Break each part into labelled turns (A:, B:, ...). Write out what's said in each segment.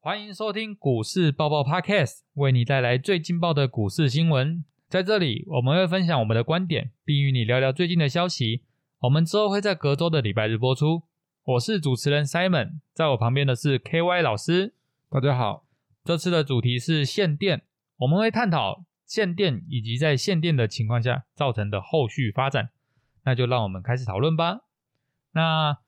A: 欢迎收听股市爆爆 Podcast，为你带来最劲爆的股市新闻。在这里，我们会分享我们的观点，并与你聊聊最近的消息。我们之后会在隔周的礼拜日播出。我是主持人 Simon，在我旁边的是 KY 老师。
B: 大家好，
A: 这次的主题是限电，我们会探讨限电以及在限电的情况下造成的后续发展。那就让我们开始讨论吧。那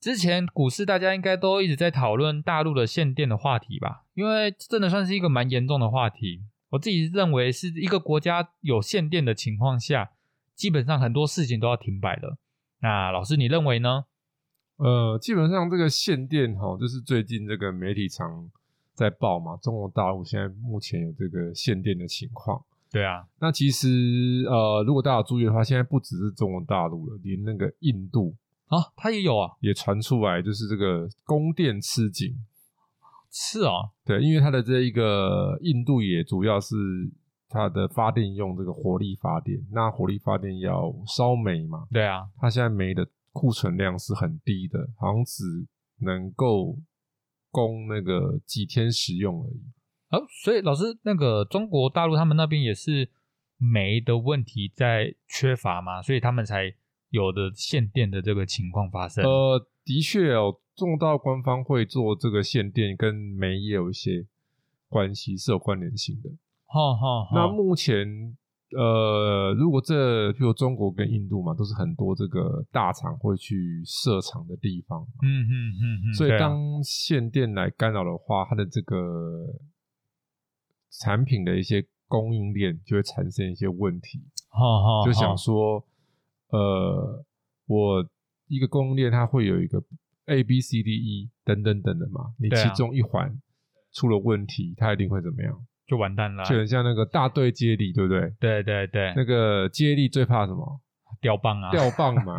A: 之前股市大家应该都一直在讨论大陆的限电的话题吧，因为真的算是一个蛮严重的话题。我自己认为是一个国家有限电的情况下，基本上很多事情都要停摆了。那老师，你认为呢？
B: 呃，基本上这个限电哈，就是最近这个媒体常在报嘛，中国大陆现在目前有这个限电的情况。
A: 对啊，
B: 那其实呃，如果大家有注意的话，现在不只是中国大陆了，连那个印度
A: 啊，他也有啊，
B: 也传出来，就是这个供电吃紧。
A: 是哦，
B: 对，因为它的这一个印度也主要是它的发电用这个火力发电，那火力发电要烧煤嘛，
A: 对啊，
B: 它现在煤的库存量是很低的，好像只能够供那个几天使用而已。
A: 啊，所以老师，那个中国大陆他们那边也是煤的问题在缺乏嘛，所以他们才有的限电的这个情况发生。
B: 呃，的确哦，重大官方会做这个限电，跟煤也有一些关系，是有关联性的。
A: 哈哈，
B: 那
A: 哈
B: 目前呃，如果这譬如中国跟印度嘛，都是很多这个大厂会去设厂的地方，
A: 嗯嗯嗯嗯，
B: 所
A: 对啊
B: 以当限电来干扰的话，它的这个产品的一些供应链就会产生一些问题，
A: 哈哈
B: 就想
A: 哈
B: 说，呃，我一个供应链它会有一个 A、B、C、D、E 等等等的嘛，你
A: 对啊
B: 其中一环出了问题，它一定会怎么样？
A: 就完蛋了啊。
B: 就很像那个大队接力，对不对？
A: 对对对，
B: 那个接力最怕什么？
A: 掉棒啊，
B: 掉棒 嘛。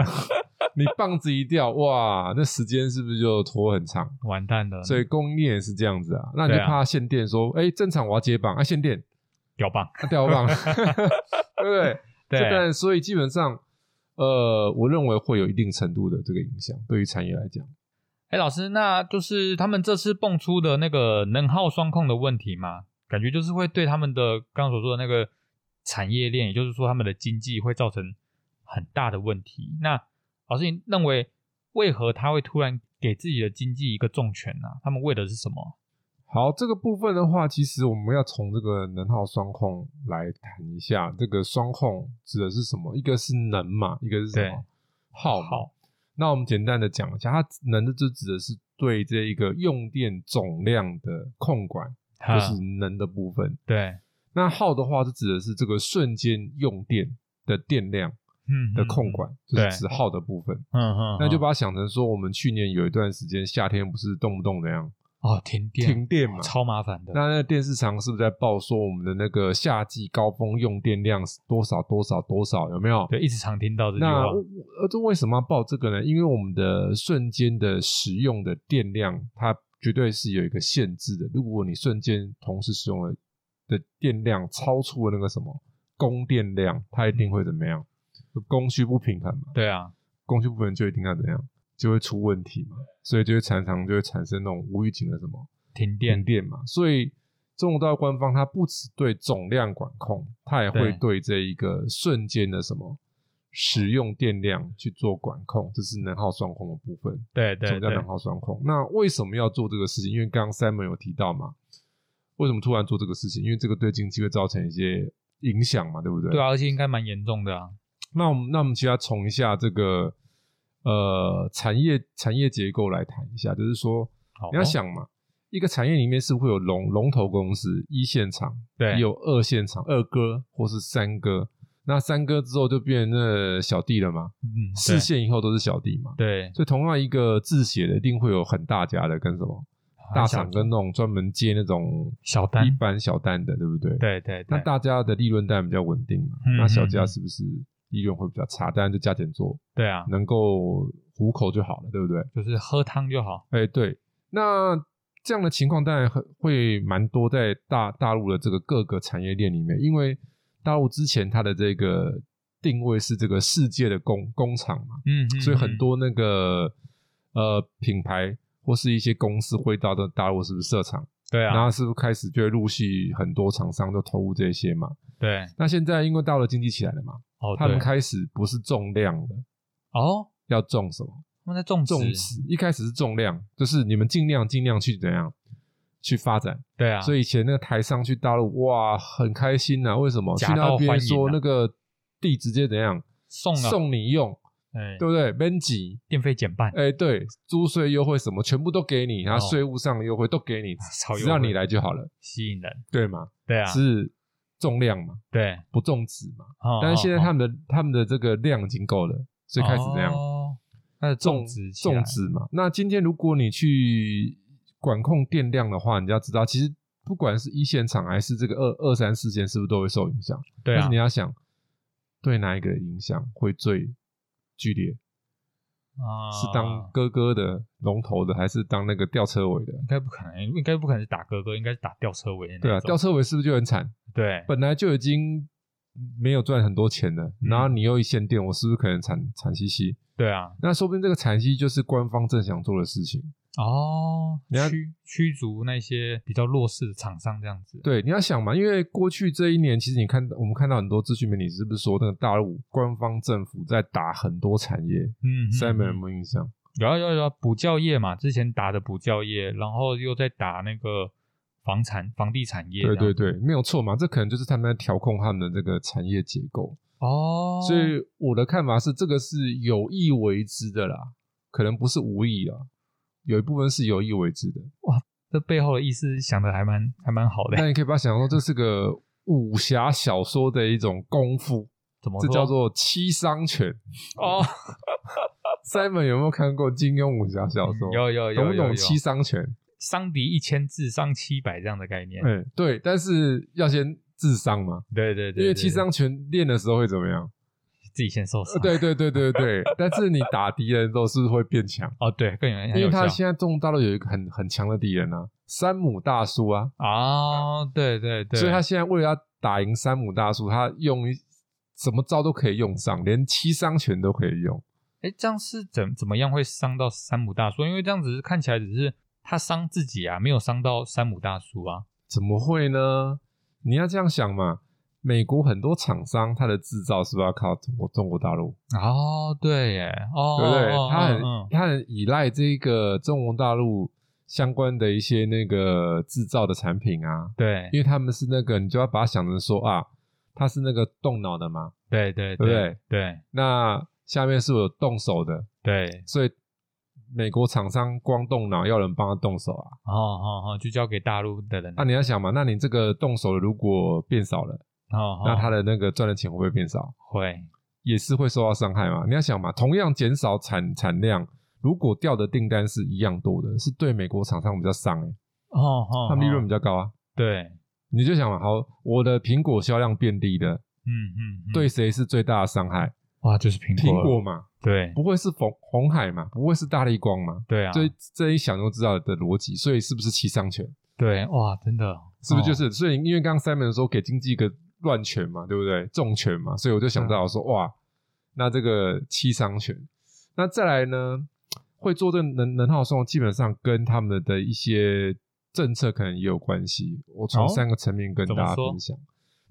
B: 你棒子一掉，哇，那时间是不是就拖很长？
A: 完蛋了，
B: 所以供应链也是这样子啊。那你
A: 嗯
B: 就
A: 对啊
B: 怕限电说，哎、正常我要接棒啊，限电
A: 掉棒。
B: 啊，掉棒，对不对？
A: 对
B: 这但所以基本上，呃，我认为会有一定程度的这个影响，对于产业来讲，
A: 哎，老师，那就是他们这次蹦出的那个能耗双控的问题嘛，感觉就是会对他们的刚刚所说的那个产业链，也就是说他们的经济会造成很大的问题。那老师，你认为为何他会突然给自己的经济一个重拳呢、他们为的是什么？
B: 好，这个部分的话，其实我们要从这个能耗双控来谈一下。这个双控指的是什么？一个是能嘛，一个是什
A: 对
B: 么耗嘛
A: 耗
B: 那我们简单的讲一下，它能的就指的是对这一个用电总量的控管，就
A: 啊
B: 是能的部分。
A: 对，
B: 那耗的话，就指的是这个瞬间用电的电量
A: 嗯
B: 的控，管，就是
A: 对
B: 指耗的部分。
A: 嗯嗯嗯，
B: 那就把它想成说，我们去年有一段时间夏天不是动不动怎样
A: 哦停电，
B: 停电嘛？
A: 超麻烦的，
B: 那那个电视常是不是在报说我们的那个夏季高峰用电量是多少多少多少？有没有？
A: 对，一直常听到这句
B: 那
A: 话，
B: 我我呃，这为什么要报这个呢？因为我们的瞬间的使用的电量，它绝对是有一个限制的。如果你瞬间同时使用的的电量超出了那个什么供电量，它一定会怎么样？就供需不平衡嘛，
A: 对啊，
B: 供需不平衡就一定要怎样，就会出问题嘛，所以就会常常就会产生那种无预警的什么
A: 停电
B: 电，电嘛。所以中国大陆官方它不只对总量管控，它也会对这一个瞬间的什么
A: 哦
B: 使用电量去做管控，这是能耗双控的部分。
A: 对
B: 什
A: 对
B: 么叫
A: 对
B: 能，耗双控？那为什么要做这个事情？因为刚刚 Simon 有提到嘛，为什么突然做这个事情？因为这个对经济会造成一些影响嘛，对不对？
A: 对啊，而且应该蛮严重的啊，
B: 那我们那我们其实要从一下这个呃产业产业结构来谈一下，就是说
A: 好哦
B: 你要想嘛，一个产业里面是会有龙龙头公司一线厂，
A: 对
B: 也有二线厂二哥或是三哥，那三哥之后就变成那小弟了嘛，
A: 嗯
B: 四线以后都是小弟嘛，
A: 对，
B: 所以同样一个字写的一定会有很大家的跟什么大厂跟那种专门接那种
A: 小
B: 一
A: 单，
B: 般小单的，对不对？对
A: 对对对，
B: 那大家的利润当然比较稳定嘛，
A: 嗯
B: 那小
A: 嗯
B: 家
A: 嗯
B: 是不是利润会比较差？当然就加减做，
A: 对啊，
B: 能够糊口就好了，对不对？
A: 就是喝汤就好，
B: 哎，对，那这样的情况当然很会蛮多在大大陆的这个各个产业链里面，因为大陆之前它的这个定位是这个世界的工工厂嘛，
A: 嗯，嗯
B: 所以很多那个呃品牌或是一些公司会到的大陆是不是设厂，
A: 对
B: 然
A: 啊，
B: 后是不是开始就会陆续很多厂商都投入这些嘛？
A: 对，
B: 那现在因为大陆经济起来了嘛，
A: 哦，
B: 他们
A: 对
B: 开始不是重量了，
A: 哦，
B: 要重什么？
A: 他们在种
B: 重
A: 植，
B: 视。一开始是重量，就是你们尽量尽量去怎样去发展。
A: 对啊，
B: 所
A: 以
B: 以以前那个台商去大陆，哇，很开心呐、为什么？去
A: 夹道
B: 那
A: 欢
B: 边
A: 迎
B: 说
A: 啊
B: 那个地直接怎样
A: 送了，
B: 送你用，
A: 哎，
B: 对不对？免几？
A: 电费减半，
B: 哎，对，租税优惠什么全部都给你，然
A: 哦
B: 后
A: 啊
B: 税务上的优惠都给你，
A: 超
B: 只
A: 优
B: 要
A: 惠
B: 你来就好了，
A: 吸引人，
B: 对吗？
A: 对啊，
B: 是重量嘛，
A: 对，
B: 不重质嘛。
A: 哦
B: 但是现在
A: 哦
B: 他们的他们的这个量已经够了，所以开始怎样？
A: 哦开始种植起来
B: 种植嘛。那今天如果你去管控电量的话，你就要知道，其实不管是一线厂还是这个二二三四线，是不是都会受影响？
A: 对
B: 但
A: 啊
B: 是你，要想，对哪一个影响会最剧烈？
A: 啊
B: 是当哥哥的龙头的，还是当那个吊车尾的？
A: 应该不可能，应该不可能是打哥哥，应该是打吊车尾的那
B: 对啊，
A: 种
B: 吊车尾是不是就很惨？
A: 对
B: 本来就已经没有赚很多钱了，
A: 嗯
B: 然后你又一限电，我是不是可能惨惨兮兮？
A: 对啊，
B: 那说不定这个惨兮就是官方正想做的事情。
A: 哦，
B: 你要
A: 驱驱逐那些比较弱势的厂商这样子，
B: 对，你要想嘛，因为过去这一年，其实你看我们看到很多资讯媒体是不是说那个大陆官方政府在打很多产业？
A: 嗯，嗯
B: 现在没有
A: 嗯
B: 没有印象？
A: 有啊有啊有啊，补教业嘛，之前打的补教业，然后又在打那个房产、房地产业这
B: 对
A: 样，
B: 对对，没有错嘛，这可能就是他们在调控他们的这个产业结构。
A: 哦，
B: 所以我的看法是，这个是有意为之的啦，可能不是无意啊，有一部分是有意为之的。
A: 这背后的意思想的还蛮还蛮好的，
B: 那你可以把它想说，这是个武侠小说的一种功夫，
A: 怎么
B: 这
A: 说
B: 叫做七伤拳。
A: 哦，
B: Simon 有没有看过金庸武侠小说？
A: 嗯有有有
B: 懂不
A: 有有
B: 懂七伤拳？
A: 伤敌一千，自伤七百这样的概念，
B: 哎、对，但是要先治伤嘛，
A: 对对对，
B: 因
A: 对
B: 为七
A: 对
B: 伤拳练的时候会怎么样？
A: 自己先受伤
B: 呃，对对对对对，但是你打敌人的时候是不是会变强？
A: 哦对，更有 很
B: 因为
A: 有
B: 他
A: 效。
B: 现在中国大陆有一个很很强的敌人啊，山姆大叔啊，
A: 啊、对对对，
B: 所以他现在为了要打赢山姆大叔，他用一什么招都可以用上，连七伤拳都可以用。
A: 哎，这样是怎怎么样会伤到山姆大叔？因为这样子看起来只是他伤自己啊，没有伤到山姆大叔啊。
B: 怎么会呢？你要这样想嘛，美国很多厂商它的制造是不是要靠中国中国大陆？
A: 哦，对耶，哦，
B: 对不对？
A: 哦
B: 他很、
A: 嗯
B: 他很依赖这个中国大陆相关的一些那个制造的产品啊，
A: 对
B: 因为他们是那个，你就要把它想成说啊，它是那个动脑的嘛，
A: 对对
B: 对不
A: 对对
B: 那下面是有动手的，
A: 对，
B: 所以美国厂商光动脑要人帮他动手啊。
A: 哦哦哦，就交给大陆的人。
B: 那、你要想嘛，那你这个动手的如果变少了，
A: 哦，
B: 那
A: 哦
B: 他的那个赚的钱会不会变少？
A: 会
B: 也是会受到伤害嘛。你要想嘛，同样减少产产量，如果掉的订单是一样多的，是对美国厂商比较伤欸、
A: 哦哦，
B: 他们利
A: 哦
B: 润比较高啊。
A: 对，
B: 你就想嘛，好，我的苹果销量变低了，
A: 嗯嗯，嗯
B: 对，谁是最大的伤害？
A: 哇，就是苹
B: 苹
A: 果
B: 果
A: 了，
B: 嘛，
A: 对
B: 不会是红红海嘛，不会是大力光嘛？
A: 对啊，
B: 这这一想就知道的逻辑，所以是不是七伤拳？
A: 对哇，真的
B: 是不是就
A: 哦
B: 是？所以因为刚刚 Simon 说给经济一个乱拳嘛，对不对？重拳嘛，所以我就
A: 嗯
B: 想到说，哇，那这个七伤拳，那再来呢，会做这能能耗松，基本上跟他们的一些政策可能也有关系。我从
A: 哦
B: 三个层面跟
A: 怎么
B: 大家
A: 说
B: 分享。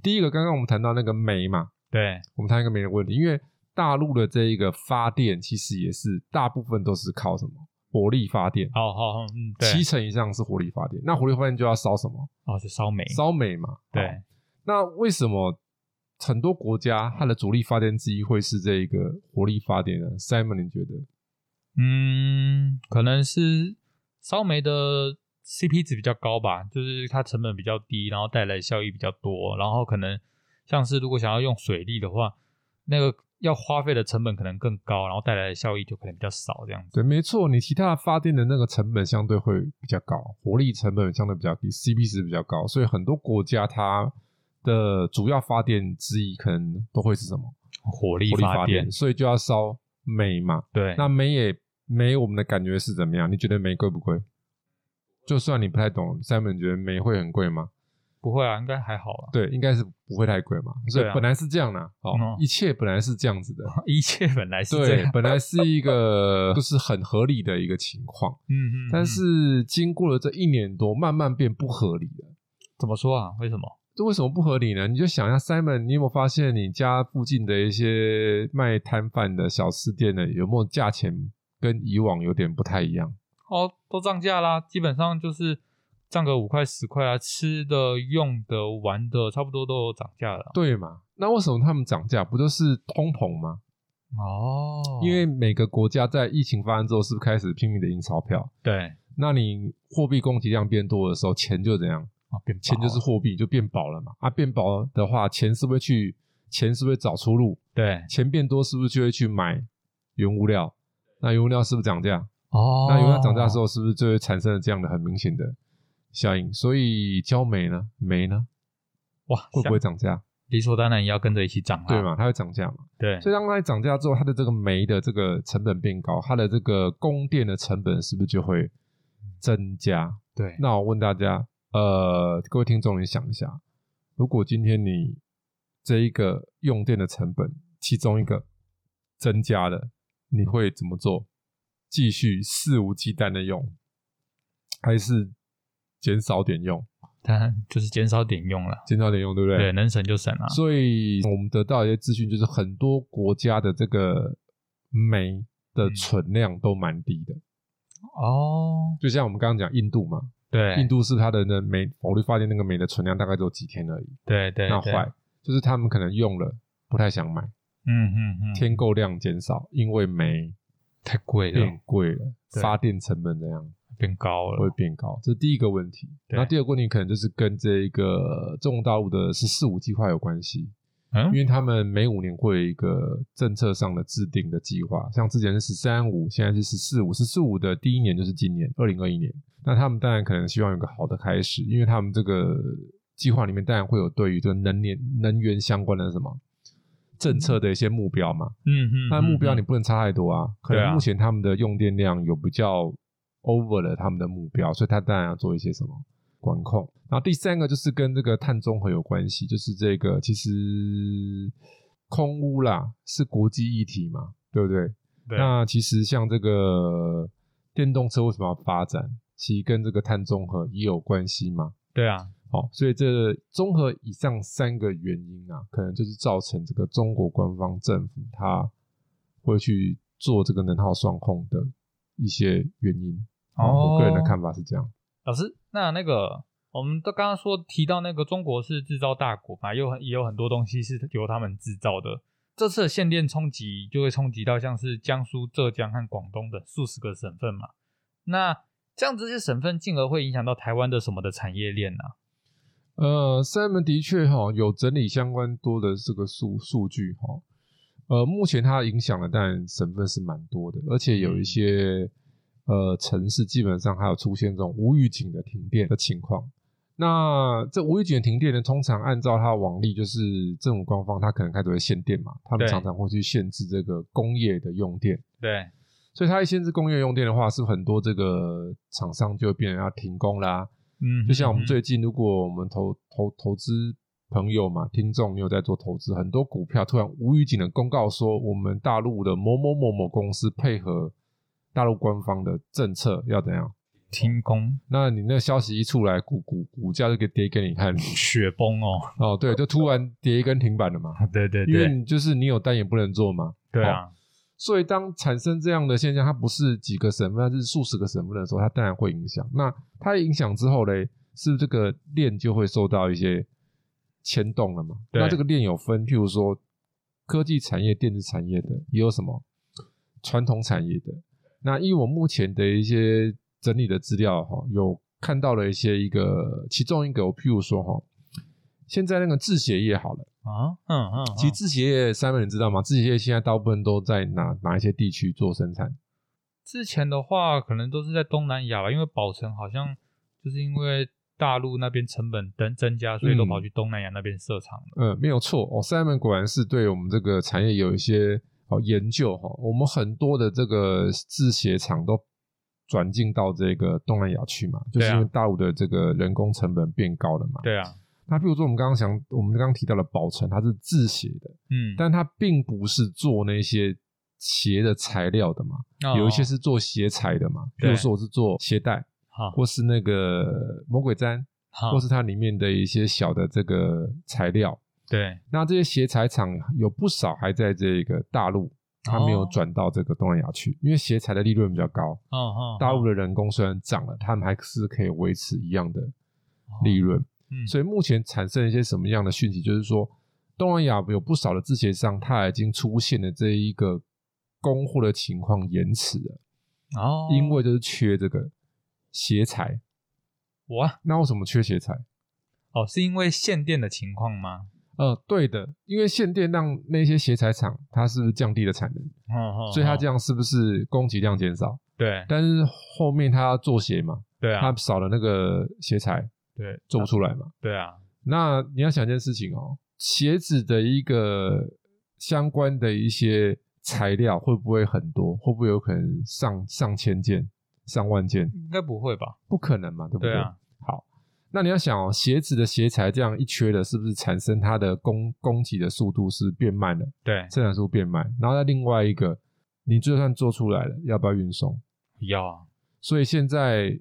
B: 第一个，刚刚我们谈到那个煤嘛，
A: 对
B: 我们谈一个煤的问题，因为大陆的这一个发电其实也是大部分都是靠什么火力发电，
A: 好好好嗯对
B: 七成以上是火力发电。那火力发电就要烧什么？
A: 哦就烧煤
B: 烧煤嘛。哦好
A: 对
B: 那为什么很多国家它的主力发电之一会是这一个火力发电呢？Simon，你觉得？
A: 嗯，可能是烧煤的 CP 值比较高吧，就是它成本比较低，然后带来效益比较多，然后可能像是如果想要用水力的话，那个要花费的成本可能更高，然后带来的效益就可能比较少这样子。
B: 对，没错，你其他的发电的那个成本相对会比较高，火力成本相对比较低，CP 值比较高，所以很多国家它的主要发电之一可能都会是什么？
A: 火力
B: 火力发
A: 电
B: 电，，所以就要烧煤嘛。
A: 对，
B: 那煤也煤，我们的感觉是怎么样？你觉得煤贵不贵？就算你不太懂，Simon 你觉得煤会很贵吗？
A: 不会啊，应该还好啊。
B: 对，应该是不会太贵嘛。所以
A: 对啊
B: 本来是这样啦，哦
A: 嗯，
B: 一切本来是这样子的。
A: 一切本来 是这
B: 对
A: 样，，
B: 本来是一 个就是很合理的一个情况，
A: 嗯嗯，
B: 但
A: 嗯
B: 是经过了这一年多，慢慢变不合理了。
A: 怎么说啊？为什么？
B: 这为什么不合理呢？你就想一下，Simon，你有没有发现你家附近的一些卖摊贩的小吃店呢，有没有价钱跟以往有点不太一样？
A: 哦，都涨价啦，基本上就是涨个五块十块啊，吃的、用的、玩的，差不多都有涨价了。啊
B: 对嘛？那为什么他们涨价？不就是通膨吗？
A: 哦，
B: 因为每个国家在疫情发生之后，是不是开始拼命的印钞票？
A: 对
B: 那你货币供给量变多的时候，钱就怎样？
A: 啊，变
B: 钱就是
A: 薄了
B: 货币，就变哦薄了嘛。啊，变薄的话，钱是不是去？钱是不是找出路？
A: 对
B: 钱变多是不是就会去买原物料？那原物料是不是涨价？
A: 哦
B: 那油价涨价之后，是不是就会产生了这样的很明显的效应？所以焦煤呢，煤呢
A: 哇，
B: 会不会涨价？
A: 理所当然也要跟着一起涨啦？
B: 对？嘛，它会涨价嘛。
A: 对，
B: 所以当它涨价之后，它的这个煤的这个成本变高，它的这个供电的成本是不是就会增加？
A: 对
B: 那我问大家，呃，各位听众，你想一下，如果今天你这一个用电的成本其中一个增加了，你会怎么做？继续肆无忌惮的用，还是减少点用？
A: 当然就是减少点用了，
B: 减少点用，对不对？
A: 对，能省就省啊。
B: 所以我们得到一些资讯，就是很多国家的这个煤的
A: 嗯
B: 存量都蛮低的，
A: 哦，
B: 就像我们刚刚讲印度嘛，
A: 对，
B: 印度是它的那煤火力发电那个煤的存量大概只有几天而已。
A: 对对
B: 那
A: 对
B: 坏，就是他们可能用了不太想买，
A: 嗯嗯嗯，
B: 添购量减少，因为煤
A: 太贵了，
B: 变贵了，
A: 对
B: 发电成本怎样
A: 变高
B: 会
A: 了，
B: 变高，这是第一个问题。
A: 对
B: 然后第二个问题可能就是跟这一个中国大陆的“十四五”计划有关系，
A: 嗯
B: 因，为他们每五年会有一个政策上的制定的计划，像之前是“十三五”，现在是“十四五”，“十四五”的第一年就是今年二零二一年。那他们当然可能希望有个好的开始，因为他们这个计划里面当然会有对于这个能源能源相关的什么政策的一些目标嘛。
A: 嗯嗯，
B: 那目标
A: 嗯
B: 你不能差太多啊，可
A: 对啊
B: 能目前他们的用电量有比较 over 了他们的目标，所以他当然要做一些什么管控。然后第三个就是跟这个碳中和有关系，就是这个其实空污啦是国际议题嘛，对不对？
A: 对
B: 那其实像这个电动车为什么要发展，其实跟这个碳中和也有关系嘛。
A: 对啊，
B: 好，所以这综合以上三个原因啊，可能就是造成这个中国官方政府它会去做这个能耗双控的一些原因。
A: 哦
B: 我个人的看法是这样。
A: 老师，那那个我们都刚刚说提到那个中国是制造大国嘛，又很也有很多东西是由他们制造的。这次的限电冲击就会冲击到像是江苏、浙江和广东等数十个省份嘛。那这样这些省份，进而会影响到台湾的什么的产业链啊呢、
B: 呃，Simon 的确哈、有整理相关多的这个数数据哈、呃，目前它影响的当然省份是蛮多的，而且有一些呃城市基本上还有出现这种无预警的停电的情况。那这无预警的停电呢，通常按照它的往例，就是政府官方它可能开始会限电嘛，他们
A: 对
B: 常常会去限制这个工业的用电。
A: 对，
B: 所以它一限制工业用电的话，是不是很多这个厂商就会变成要停工啦、
A: 嗯，
B: 就像我们
A: 嗯
B: 最近，如果我们投投投资朋友嘛，听众你有在做投资，很多股票突然无预警的公告说，我们大陆的某某某某公司配合大陆官方的政策要怎样？
A: 停工
B: 那你那消息一出来，股股股价就给跌给你看
A: 雪崩哦，
B: 哦，对，就突然跌一根停板了嘛，
A: 对 对
B: 因为哦
A: 对，
B: 你就是你有单也不能做嘛，
A: 对啊，
B: 所以当产生这样的现象，它不是几个省份，它是数十个省份的时候，它当然会影响。那它影响之后嘞，是不是这个链就会受到一些牵动了嘛？
A: 对
B: 那这个链有分，譬如说科技产业、电子产业的，也有什么传统产业的。那依我目前的一些整理的资料哈，有看到了一些一个，其中一个我譬如说哈，现在那个制鞋业好了。
A: 啊，嗯嗯，嗯
B: 其实制鞋业，Simon 你知道吗？制鞋业现在大部分都在哪哪一些地区做生产？
A: 之前的话，可能都是在东南亚吧，因为宝城好像就是因为大陆那边成本增增加，所以都跑
B: 嗯
A: 去东南亚那边设厂了。
B: 呃，没有错哦，Simon 果然是对我们这个产业有一些哦研究哈、我们很多的这个制鞋厂都转进到这个东南亚去嘛，就
A: 对啊
B: 是因为大陆的这个人工成本变高了嘛。
A: 对啊，
B: 那比如说我们刚刚想，我们刚刚提到的宝城，它是自写的，
A: 嗯，
B: 但它并不是做那些鞋的材料的嘛，
A: 哦
B: 有一些是做鞋材的嘛，比
A: 对
B: 如说我是做鞋带，
A: 好，
B: 或是那个魔鬼毡，
A: 好
B: 或是它里面的一些小的这个材料。
A: 对，
B: 那这些鞋材厂有不少还在这个大陆，它没有
A: 哦
B: 转到这个东南亚去，因为鞋材的利润比较高。
A: 哦哦，
B: 大陆
A: 的
B: 的人工虽然涨了，他们还是可以维持一样的
A: 哦
B: 利润。
A: 嗯
B: 所以目前产生一些什么样的讯息，就是说东南亚有不少的制鞋商，它已经出现了这一个供货的情况延迟了，
A: 哦，
B: 因为就是缺这个鞋材。
A: 哇
B: 那为什么缺鞋材？
A: 哦，是因为限电的情况吗？
B: 呃，对的，因为限电让那些鞋材厂它是不是降低了产能，
A: 哦哦，
B: 所以它这
A: 样
B: 样是不是供给量减少？
A: 对
B: 但是后面它要做鞋嘛，
A: 对啊
B: 它，少了那个鞋材
A: 对
B: 做不出来嘛。
A: 对啊，
B: 那你要想一件事情哦，鞋子的一个相关的一些材料会不会很多？会不会有可能上上千件、上万件？
A: 应该不会吧？
B: 不可能嘛，对不对？
A: 对啊，
B: 好，那你要想哦，鞋子的鞋材这样一缺了，是不是产生它的供供给的速度是变慢了，
A: 对，
B: 生产速度变慢？然后再另外一个，你就算做出来了，要不要运送？
A: 要啊，
B: 所以现在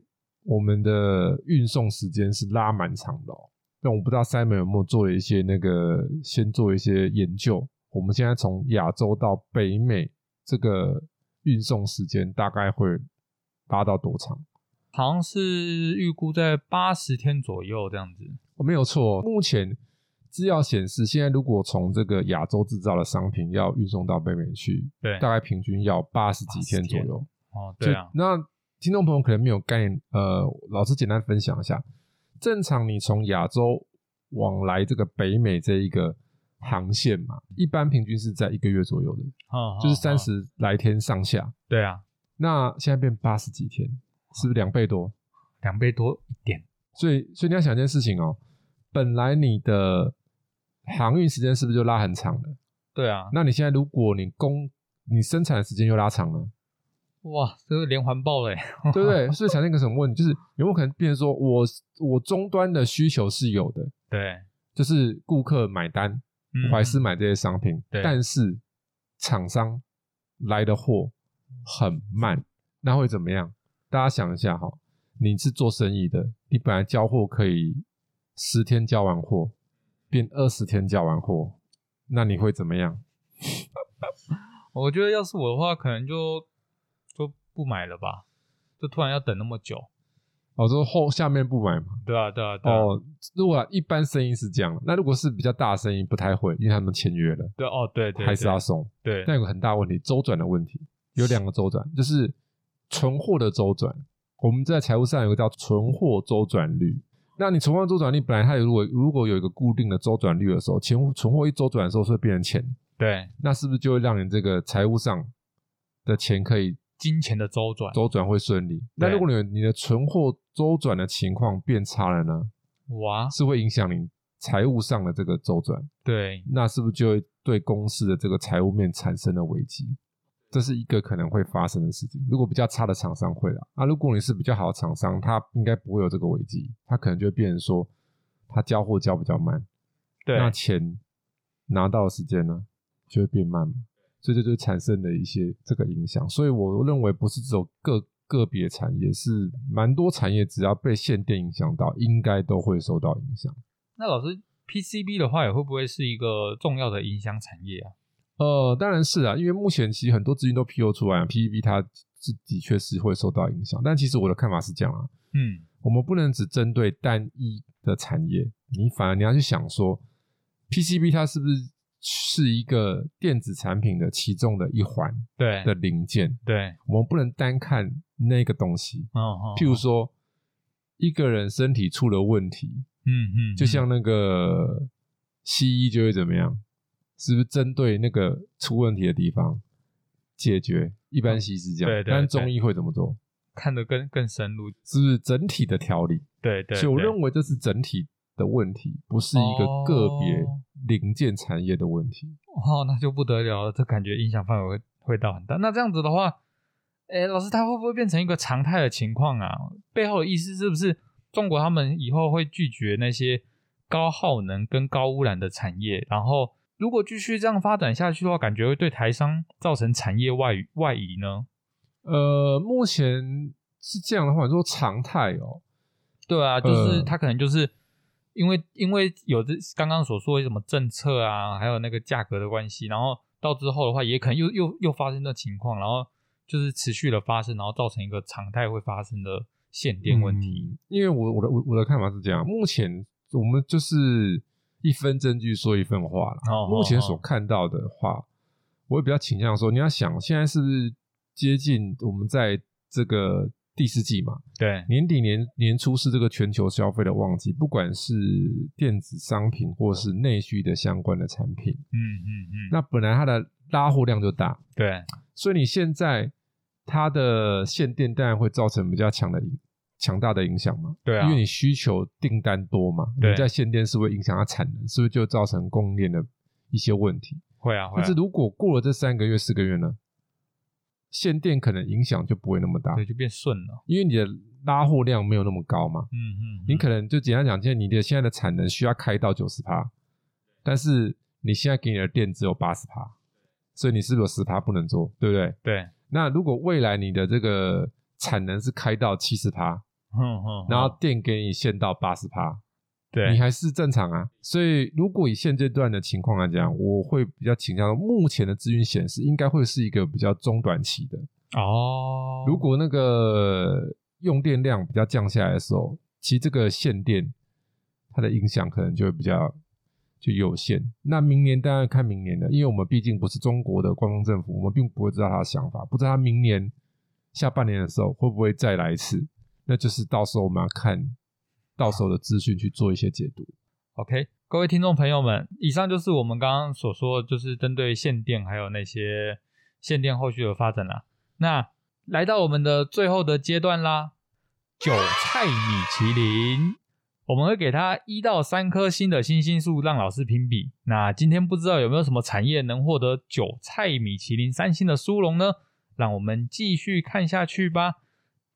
B: 我们的运送时间是拉蛮长的、哦。但我不知道 Simon 有没有做了一些那个，先做一些研究。我们现在从亚洲到北美，这个运送时间大概会拉到多长？
A: 好像是预估在八十天左右这样子。
B: 哦，没有错哦、目前资料显示，现在如果从这个亚洲制造的商品要运送到北美去，
A: 对，
B: 大概平均要八十几天
A: 80
B: 左
A: 天
B: 右。
A: 哦，
B: 就
A: 对啊，
B: 那听众朋友可能没有概念，呃，老师简单分享一下，正常你从亚洲往来这个北美这一个航线嘛，一般平均是在一个月左右的，
A: 哦
B: 就是
A: 哦
B: 三
A: 哦
B: 十来天上下。
A: 对啊，
B: 那现在变八十几天，是不是两倍多？
A: 两倍多一点。
B: 所以，所以你要想一件事情哦，本来你的航运时间是不是就拉很长了？
A: 对啊，
B: 那你现在如果你供你生产的时间又拉长了，
A: 哇，这个连环爆嘞！
B: 对不对？所以产生一个什么问题，就是有没有可能变成说我我终端的需求是有的，
A: 对，
B: 就是顾客买单，
A: 嗯
B: 我还是买这些商品，
A: 对
B: 但是厂商来的货很慢，那会怎么样？大家想一下哈，你是做生意的，你本来交货可以十天交完货，变二十天交完货，那你会怎么样？
A: 我觉得要是我的话，可能就就不买了吧，就突然要等那么久。
B: 我说哦后下面不买嘛，
A: 对啊，对啊，对啊，
B: 哦，如果一般生意是这样，那如果是比较大的生意，不太会，因为他们签约了，
A: 对哦，对对，
B: 还是
A: 对
B: 要送。
A: 对，嗯
B: 但有个很大问题，周转的问题，有两个周转，就是存货的周转。我们在财务上有个叫存货周转率。那你存货周转率本来它有如果如果有一个固定的周转率的时候，钱存货一周转的时候是会变成钱，
A: 对，
B: 那是不是就会让你这个财务上的钱可以
A: 金钱的周转，
B: 周转会顺利？那如果你的你的存货周转的情况变差了呢？
A: 哇，
B: 是会影响你财务上的这个周转，
A: 对，
B: 那是不是就会对公司的这个财务面产生了危机？这是一个可能会发生的事情。如果比较差的厂商会啦，那、如果你是比较好的厂商，他应该不会有这个危机，他可能就会变成说，他交货交比较慢，
A: 对，
B: 那钱拿到的时间呢就会变慢嘛，所以这就产生了一些这个影响。所以我认为不是只有个个别产业，是蛮多产业只要被限电影响到，应该都会受到影响。
A: 那老师 PCB 的话，也会不会是一个重要的影响产业啊？
B: 呃，当然是啊，因为目前其实很多资金都 PO 出来，PEB 啊它是的确是会受到影响。但其实我的看法是这样啊，
A: 嗯，
B: 我们不能只针对单一的产业，你反而你要去想说，PCB 它是不是是一个电子产品的其中的一环
A: 对，
B: 的零件？
A: 对，
B: 我们不能单看那个东西。
A: 嗯嗯，
B: 譬如说，一个人身体出了问题，
A: 嗯嗯，
B: 就像
A: 嗯
B: 那个西医就会怎么样？是不是针对那个出问题的地方解决？一般西医是这
A: 嗯
B: 样，
A: 对对
B: 但是
A: 对
B: 中医会怎么做？
A: 看得更更深入，
B: 是不是整体的调理？
A: 对对，
B: 所以我
A: 对
B: 认为这是整体的问题，不是一个个别
A: 哦
B: 零件产业的问题。
A: 哦，那就不得了了，这感觉影响范围会会到很大。那这样子的话，诶，老师，它会不会变成一个常态的情况啊？背后的意思是不是中国他们以后会拒绝那些高耗能跟高污染的产业，然后如果继续这样发展下去的话，感觉会对台商造成产业外外移呢？
B: 呃，目前是这样的话，你说常态哦，
A: 对啊，就是
B: 呃
A: 他可能就是因为因为有这刚刚所说的什么政策啊，还有那个价格的关系，然后到之后的话，也可能又又又发生这情况，然后就是持续的发生，然后造成一个常态会发生的限电问题。
B: 嗯因为我我的我我的看法是这样，目前我们就是一分证据说一分话了。
A: 哦
B: 嗯目前所
A: 哦
B: 看到的话，我会比较倾向说，你要想现在是不是接近我们在这个第四季嘛？
A: 对，嗯
B: 年底年年初是这个全球消费的旺季，不管是电子商品或是内需的相关的产品，
A: 嗯嗯嗯，
B: 那本来它的拉货量就大，
A: 对
B: 所以你现在它的限电当然会造成比较强的影强大的影响嘛。
A: 对啊
B: 因为你需求订单多嘛，
A: 对
B: 你在限电是会影响它产能，是不是就造成供应链的一些问题？
A: 会啊会
B: 但
A: 啊
B: 是，如果过了这三个月、四个月呢，限电可能影响就不会那么大，
A: 对就变顺了。
B: 因为你的拉货量没有那么高嘛。
A: 嗯嗯，
B: 你可能就简单讲，现在你的现在的产能需要开到九十趴，但是你现在给你的电只有八十趴，所以你是不是有十趴不能做，对不对？
A: 对，
B: 那如果未来你的这个产能是开到七十趴，
A: 嗯嗯，
B: 然后电给你限到八十趴，你
A: 对，
B: 还是正常啊。所以如果以现阶段的情况来讲，我会比较倾向目前的资讯显示，应该会是一个比较中短期的。
A: 哦，
B: 如果那个用电量比较降下来的时候，其实这个限电它的影响可能就会比较就有限。那明年当然看明年的，因为我们毕竟不是中国的官方政府，我们并不会知道他的想法，不知道他明年下半年的时候会不会再来一次，那就是到时候我们要看到时候的资讯去做一些解读。
A: OK，各位听众朋友们，以上就是我们刚刚所说，就是针对限电还有那些限电后续的发展啦。那来到我们的最后的阶段啦，韭菜米其林，我们会给它一到三颗星的星星数，让老师评比。那今天不知道有没有什么产业能获得韭菜米其林三星的殊荣呢？让我们继续看下去吧。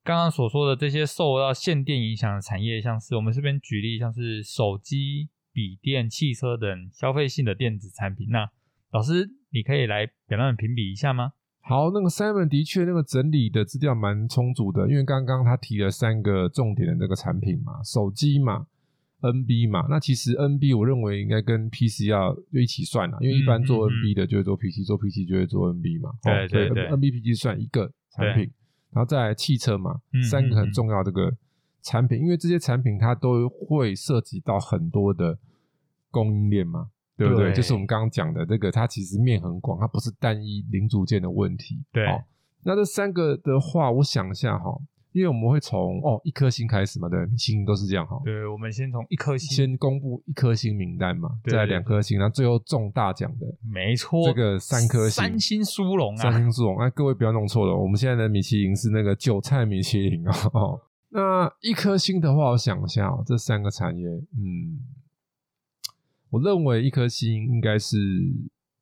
A: 刚刚所说的这些受到限电影响的产业，像是我们这边举例，像是手机、笔电、汽车等消费性的电子产品。那老师，你可以来表面评比一下吗？
B: 好，那个 Simon 的确那个整理的资料蛮充足的，因为刚刚他提了三个重点的那个产品嘛，手机嘛，NB 嘛，那其实 NB 我认为应该跟 PC 要就一起算啦，因为一般做
A: 嗯嗯嗯
B: NB 的就会做 PC，做 PC 就会做 NB 嘛，
A: 对
B: 哦所
A: 对
B: 以
A: 对
B: NB PC 算一个产品，然后再来汽车嘛
A: 嗯，
B: 三个
A: 嗯
B: 很
A: 嗯
B: 重要的这个产品，因为这些产品它都会涉及到很多的供应链嘛。对不对？
A: 对
B: 就是我们刚刚讲的这个，它其实面很广，它不是单一零组件的问题。
A: 对
B: 哦那这三个的话，我想一下哈、因为我们会从哦一颗星开始嘛，对，米其林都是这样哈、
A: 对，我们先从一颗星，
B: 先公布一颗星名单嘛，
A: 对
B: 再来
A: 对
B: 两颗星，然后最后中大奖的
A: 没错，
B: 这个三颗星
A: 三星殊荣
B: 三
A: 啊，
B: 星殊荣。哎、各位不要弄错了，我们现在的米其林是那个韭菜米其林哦。 哦那一颗星的话，我想一下、哦，这三个产业，嗯，我认为一颗星应该是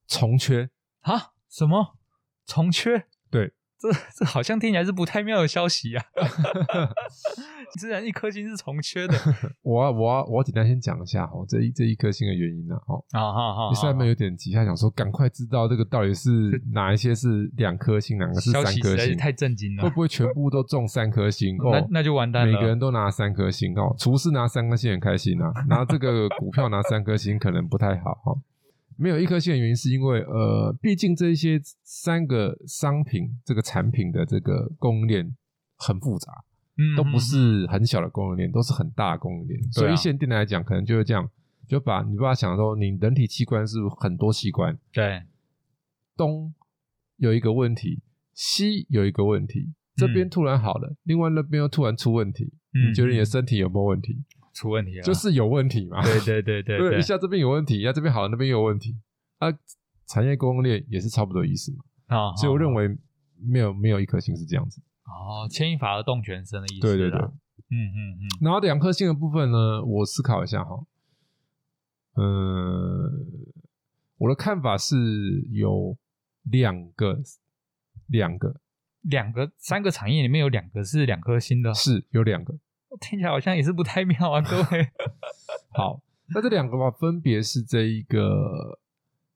B: 重缺，
A: 啊，什么重缺？
B: 对，
A: 这这好像听起来是不太妙的消息啊。 既然一颗星是重缺的
B: 我要我要我要简单先讲一下哦，这一这一颗星的原因呢、啊，哦，
A: 啊，哈哈，
B: 第三面有点急，他想说赶快知道这个到底是哪一些是两颗星，哪个是
A: 消
B: 三
A: 息实
B: 颗
A: 在是
B: 星，
A: 太震惊了
B: 会不会全部都中三颗星？哦
A: 那那就完蛋了
B: 每个人都拿三颗星哦，厨师拿三颗星很开心啊， 拿这个股票拿三颗星可能不太好哦。没有一颗星的原因是因为呃，毕竟这一些三个商品这个产品的这个供应链很复杂，
A: 嗯
B: 都不
A: 嗯
B: 是很小的供应链，都是很大的供应链。所
A: 对啊
B: 以限定来讲，可能就会这样，就把你把它想说，你人体器官是不是很多器官，
A: 对。
B: 东有一个问题，西有一个问题，这边突然好了，另外那边又突然出问题，
A: 嗯
B: 你觉得你的身体有没有问题？
A: 出问题了，
B: 就是有问题嘛。
A: 对对对 对对
B: 一下这边有问题，一下这边好了，那边有问题。啊，产业供应链也是差不多的意思嘛。
A: 啊，
B: 所以我认
A: 为
B: 为没有没有一颗星是这样子。
A: 哦，牵一发而动全身的意思，
B: 对对对，。
A: 嗯嗯嗯，
B: 然后两颗星的部分呢，我思考一下哈。呃，我的看法是有两个，两个
A: 两个三个产业里面有两个是两颗星的，
B: 是有两个。
A: 听起来好像也是不太妙啊，各位。
B: 好，那这两个嘛，分别是这一个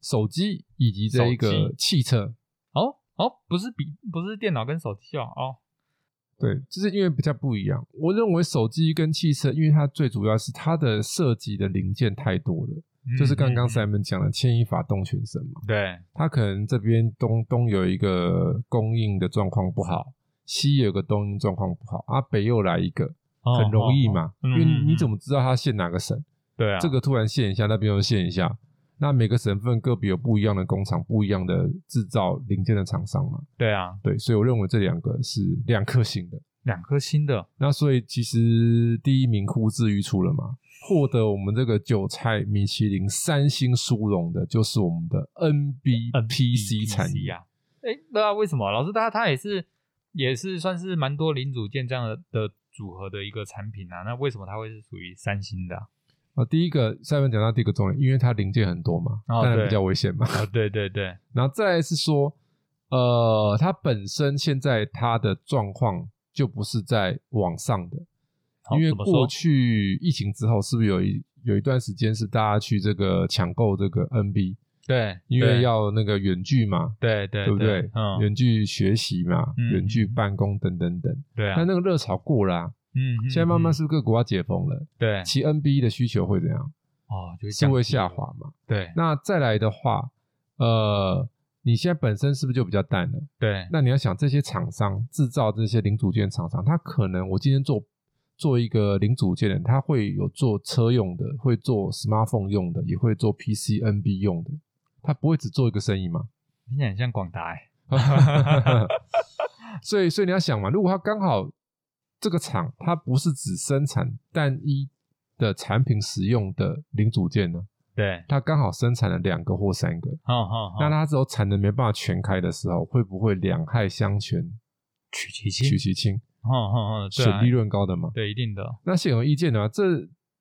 B: 手机以及这一
A: 手
B: 个
A: 机
B: 汽车。
A: 哦哦，不是笔，不是电脑跟手机哦，哦，
B: 对，就是因为比较不一样。我认为手机跟汽车，因为它最主要是它的涉及的零件太多了，就是刚
A: 嗯
B: 刚
A: 嗯
B: Simon 讲的牵一发动全身嘛。
A: 嗯对，
B: 它可能这边东东有一个供应的状况不好，西有个供应状况不好，啊北又来一个，
A: 哦
B: 很容易
A: 哦
B: 嘛，
A: 嗯
B: 因为
A: 嗯
B: 你
A: 嗯
B: 怎么知道它限哪个省？
A: 对啊，
B: 这个突然限一下，那边又限一下，那每个省份个别有不一样的工厂，不一样的制造零件的厂商嘛，
A: 对啊，
B: 对，所以我认为这两个是两颗星的。
A: 两颗星的，
B: 那所以其实第一名呼之欲出了嘛，获得我们这个韭菜米其林三星殊荣的，就是我们的 NBPC 产业。
A: 啊。哎，对啊，为什么？老师他他也是也是算是蛮多零组件这样的的组合的一个产品啊，那为什么它会是属于三星的啊？
B: 啊，第一个下面讲到第一个重点，因为它零件很多嘛，
A: 哦
B: 当然
A: 对
B: 比较危险嘛。
A: 哦，对对 对，
B: 然后再来是说，呃，它本身现在它的状况就不是在往上的，
A: 好
B: 因为
A: 怎么说
B: 过去疫情之后，是不是有一有一段时间是大家去这个抢购这个 NB，
A: 对，
B: 因为
A: 对
B: 要那个远距嘛，
A: 对对
B: 对不对？
A: 嗯，
B: 远距学习嘛，
A: 嗯
B: 远距办公等等等。
A: 对啊，
B: 但那个热潮过啦、
A: 嗯，嗯
B: 现在慢慢
A: 嗯
B: 是不是各国要解封了？
A: 对
B: 其 NB 的需求会怎样？
A: 哦，就是
B: 是会
A: 降低
B: 下，滑嘛？
A: 对
B: 那再来的话，呃，你现在本身是不是就比较淡了？
A: 对
B: 那你要想这些厂商制造这些零组件厂商，他可能我今天做做一个零组件的，他会有做车用的，会做 smartphone 用的，也会做 PCNB 用的，他不会只做一个生意嘛？
A: 听起来很像广达哎，
B: 所以，所以你要想嘛，如果他刚好这个厂它不是只生产单一的产品使用的零组件呢，
A: 对，哦
B: 它刚好生产了两个或三个，
A: 好好好，
B: 那它只有产能没办法全开的时候，会不会两害相权
A: 取其轻
B: 取，其轻，
A: 好好好，对
B: 选
A: 啊
B: 利，润高的嘛？
A: 对，一定的，
B: 那显而易见的、啊，这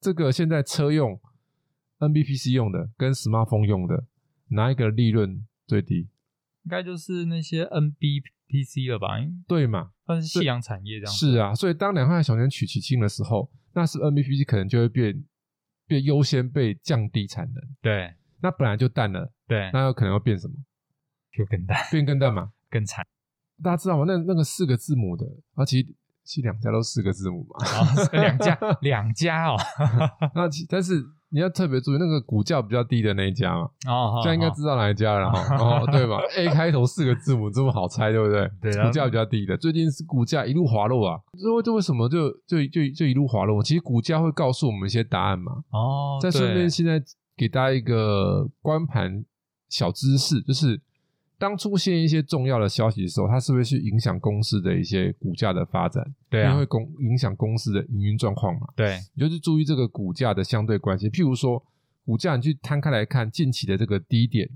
B: 这个现在车用 NBPC 用的跟 smartphone 用的，哪一个利润最低？
A: 应该就是那些 NBPC 了吧，应
B: 对嘛？
A: 算是夕阳产业这样，
B: 是啊，所以当两害相权取其轻的时候，那是 NBPC 可能就会变变优先被降低产能，
A: 对
B: 那本来就淡了，
A: 对，
B: 那有可能要变什么？
A: 就更大
B: 变更淡嘛？
A: 更惨，
B: 大家知道吗？那那个四个字母的，啊，其实其实两家都四个字母嘛。
A: 然后是啊 两家两家哦，
B: 那其但是你要特别注意那个股价比较低的那一家嘛，
A: 哦，
B: 现在应该
A: 哦
B: 知道哪一家了哈。哦，对吧？A 开头四个字母这么好猜，对不对？
A: 对啊
B: 股价比较低的，最近是股价一路滑落啊。这为这为什么就就就就一路滑落？其实股价会告诉我们一些答案嘛。
A: 哦，
B: 再顺便
A: 对
B: 现在给大家一个观盘小知识，就是当出现一些重要的消息的时候，它是不是去影响公司的一些股价的发展？
A: 对
B: 因为
A: 啊
B: 会，公影响公司的营运状况嘛。
A: 对
B: 你就是注意这个股价的相对关系。譬如说，股价你去摊开来看近期的这个低点，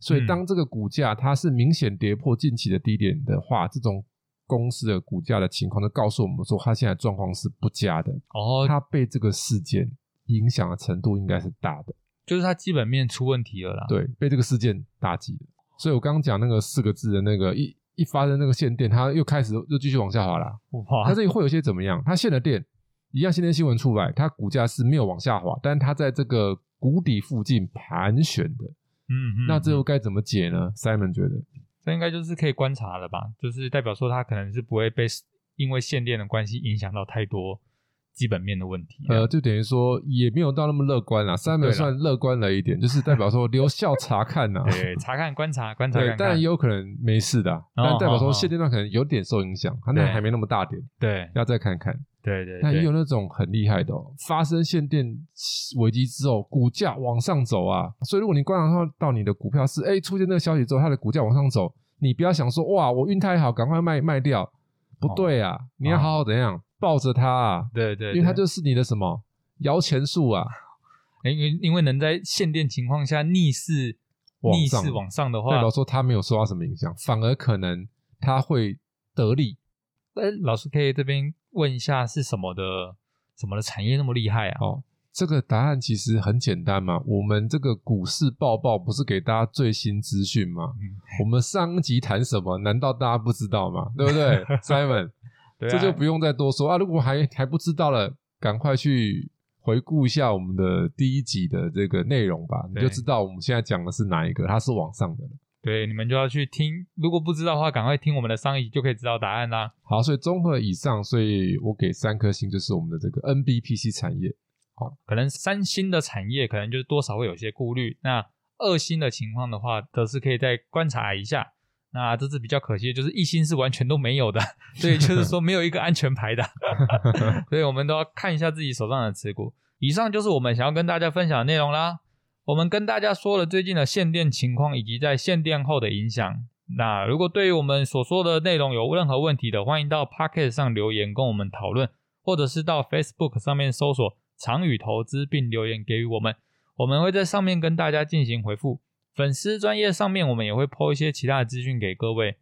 B: 所以
A: 嗯
B: 当这个股价它是明显跌破近期的低点的话，这种公司的股价的情况就告诉我们说，它现在状况是不佳的，
A: 哦，
B: 它被这个事件影响的程度应该是大的，
A: 就是它基本面出问题了啦，
B: 对，被这个事件打击的。所以我刚刚讲那个四个字的那个一一发生那个限电，它又开始又继续往下滑啦。
A: 哇
B: 它，这里会有些怎么样？它限了电，一样限电新闻出来，它股价是没有往下滑，但它在这个谷底附近盘旋的。
A: 嗯，嗯
B: 那
A: 嗯
B: 这又该怎么解呢？Simon 觉得，
A: 这应该就是可以观察了吧？就是代表说它可能是不会被因为限电的关系影响到太多基本面的问题。啊
B: 呃，，就等于说也没有到那么乐观啦。Simon
A: 对啦
B: 算乐观了一点，就是代表说留校察看呐、
A: 对，查看观察观察
B: 对
A: 看，
B: 但
A: 看
B: 也，有可能没事的啊、但代表
A: 哦哦
B: 说
A: 哦
B: 限电段可能有点受影响，它那
A: 对
B: 还没那么大点，
A: 对
B: 要再看看。
A: 对对
B: 但也有
A: 对，
B: 那种很厉害的、哦，发生限电危机之后，股价往上走啊。所以如果你观察到到你的股票是哎、诶出现这个消息之后，它的股价往上走，你不要想说哇我运太好，赶快卖卖掉，不
A: 哦
B: 对啊，你要好好怎样抱着它啊，
A: 对对，
B: 因为它
A: 对
B: 就是你的什么摇钱树啊，
A: 因为因为能在限电情况下逆势
B: 往
A: 逆
B: 上
A: 势往上的
B: 代
A: 话
B: 表，说它没有受到什么影响，反而可能它会得利。
A: 呃，老师可以这边问一下是什么的什么的产业那么厉害啊？
B: 哦，这个答案其实很简单嘛。我们这个股市报报不是给大家最新资讯吗？
A: 嗯
B: 我们上一集谈什么？难道大家不知道 吗？对不对，Simon？、
A: 对啊，
B: 这就不用再多说啊。如果还还不知道了，赶快去回顾一下我们的第一集的这个内容吧，你
A: 对
B: 就知道我们现在讲的是哪一个，它是往上的了。
A: 对，你们就要去听，如果不知道的话，赶快听我们的上一集就可以知道答案啦。
B: 好，所以综合以上，所以我给三颗星，就是我们的这个 NBPC 产业。
A: 可能三星的产业可能就是多少会有些顾虑，那二星的情况的话，则是可以再观察一下。那这次比较可惜的就是一星是完全都没有的， 所以就是说没有一个安全牌的， 所以我们都要看一下自己手上的持股。以上就是我们想要跟大家分享的内容啦。我们跟大家说了最近的限电情况以及在限电后的影响。那如果对于我们所说的内容有任何问题的，欢迎到 Pocket 上留言跟我们讨论，或者是到 Facebook 上面搜索“长宇投资”并留言给予我们，我们会在上面跟大家进行回复。粉丝专业上面我们也会 po 一些其他的资讯给各位。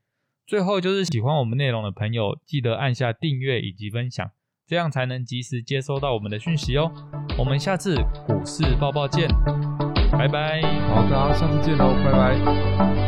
A: 最后就是喜欢我们内容的朋友，记得按下订阅以及分享，这样才能及时接收到我们的讯息哦。我们下次股市报报见，拜拜。
B: 哦好，大家下次见喽，拜拜。